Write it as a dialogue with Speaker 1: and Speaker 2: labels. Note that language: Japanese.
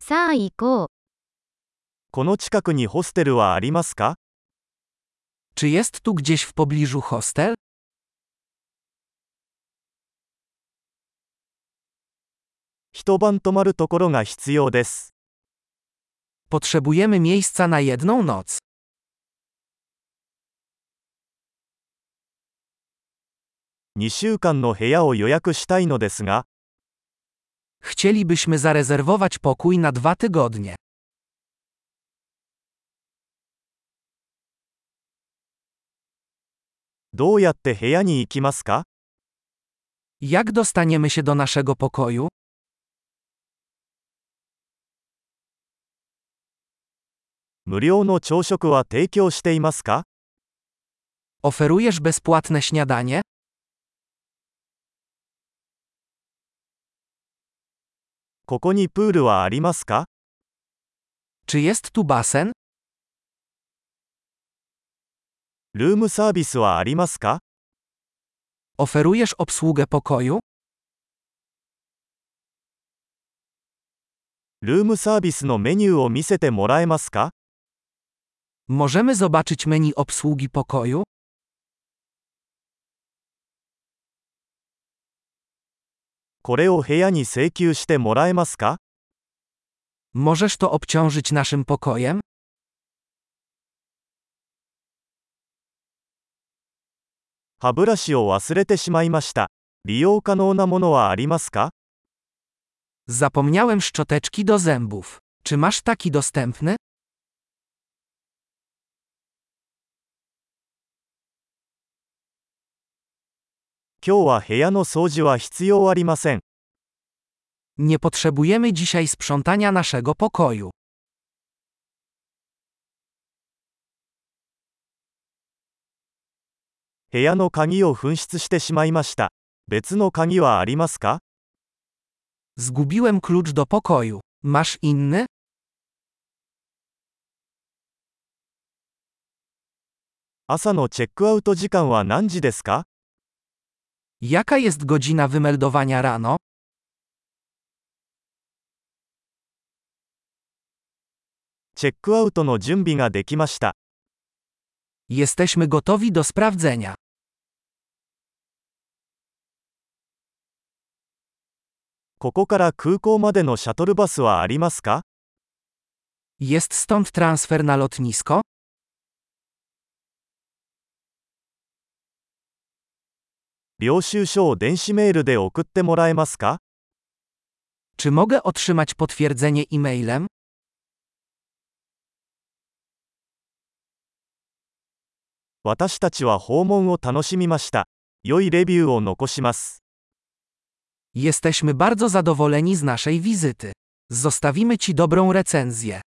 Speaker 1: さあ行こう。
Speaker 2: この近くにホステルはありますか
Speaker 3: Czy jest tu gdzieś w pobliżu hostel?
Speaker 2: 一晩泊まるところが必要です。
Speaker 3: Potrzebujemy miejsca na jedną noc.
Speaker 2: 2週間の部屋を予約したいのですが、
Speaker 3: Chcielibyśmy zarezerwować pokój na dwa tygodnie.
Speaker 2: どうやって部屋に行きますか
Speaker 3: Jak dostaniemy się do naszego pokoju?
Speaker 2: 無料の朝食は提供していますか
Speaker 3: Oferujesz bezpłatne śniadanie?
Speaker 2: ここにプールはありますか
Speaker 3: Czy jest tu basen?
Speaker 2: ルームサービスはありますか
Speaker 3: Oferujesz obsługę pokoju?
Speaker 2: ルームサービスのメニューを見せてもらえますか
Speaker 3: Możemy zobaczyć menu obsługi pokoju?
Speaker 2: これを部屋に請求してもらえますか
Speaker 3: Możesz to obciążyć naszym pokojem?
Speaker 2: 歯ブラシを忘れてしまいました。利用可能なものはありますか
Speaker 3: Zapomniałem szczoteczki do zębów. Czy masz taki dostępny?
Speaker 2: 今日は部屋の掃除は必要ありません。
Speaker 3: Nie potrzebujemy dzisiaj sprzątania naszego pokoju.
Speaker 2: 部屋の鍵を紛失してしまいました。別の鍵はありますか
Speaker 3: Zgubiłem klucz do pokoju. Masz inny?
Speaker 2: 朝のチェックアウト時間は何時ですか
Speaker 3: Jaka jest godzina wymeldowania rano?
Speaker 2: チェックアウトの準備ができました。
Speaker 3: Jesteśmy gotowi do sprawdzenia.
Speaker 2: ここから空港までのシャトルバスはありますか
Speaker 3: Jest stąd transfer na lotnisko?
Speaker 2: 領収書を電子メールで送ってもらえますか
Speaker 3: Czy mogę otrzymać potwierdzenie e-mailem?
Speaker 2: 私たちは訪問を楽しみました。良いレビューを残します。
Speaker 3: Jesteśmy bardzo zadowoleni z naszej wizyty. Zostawimy Ci dobrą recenzję.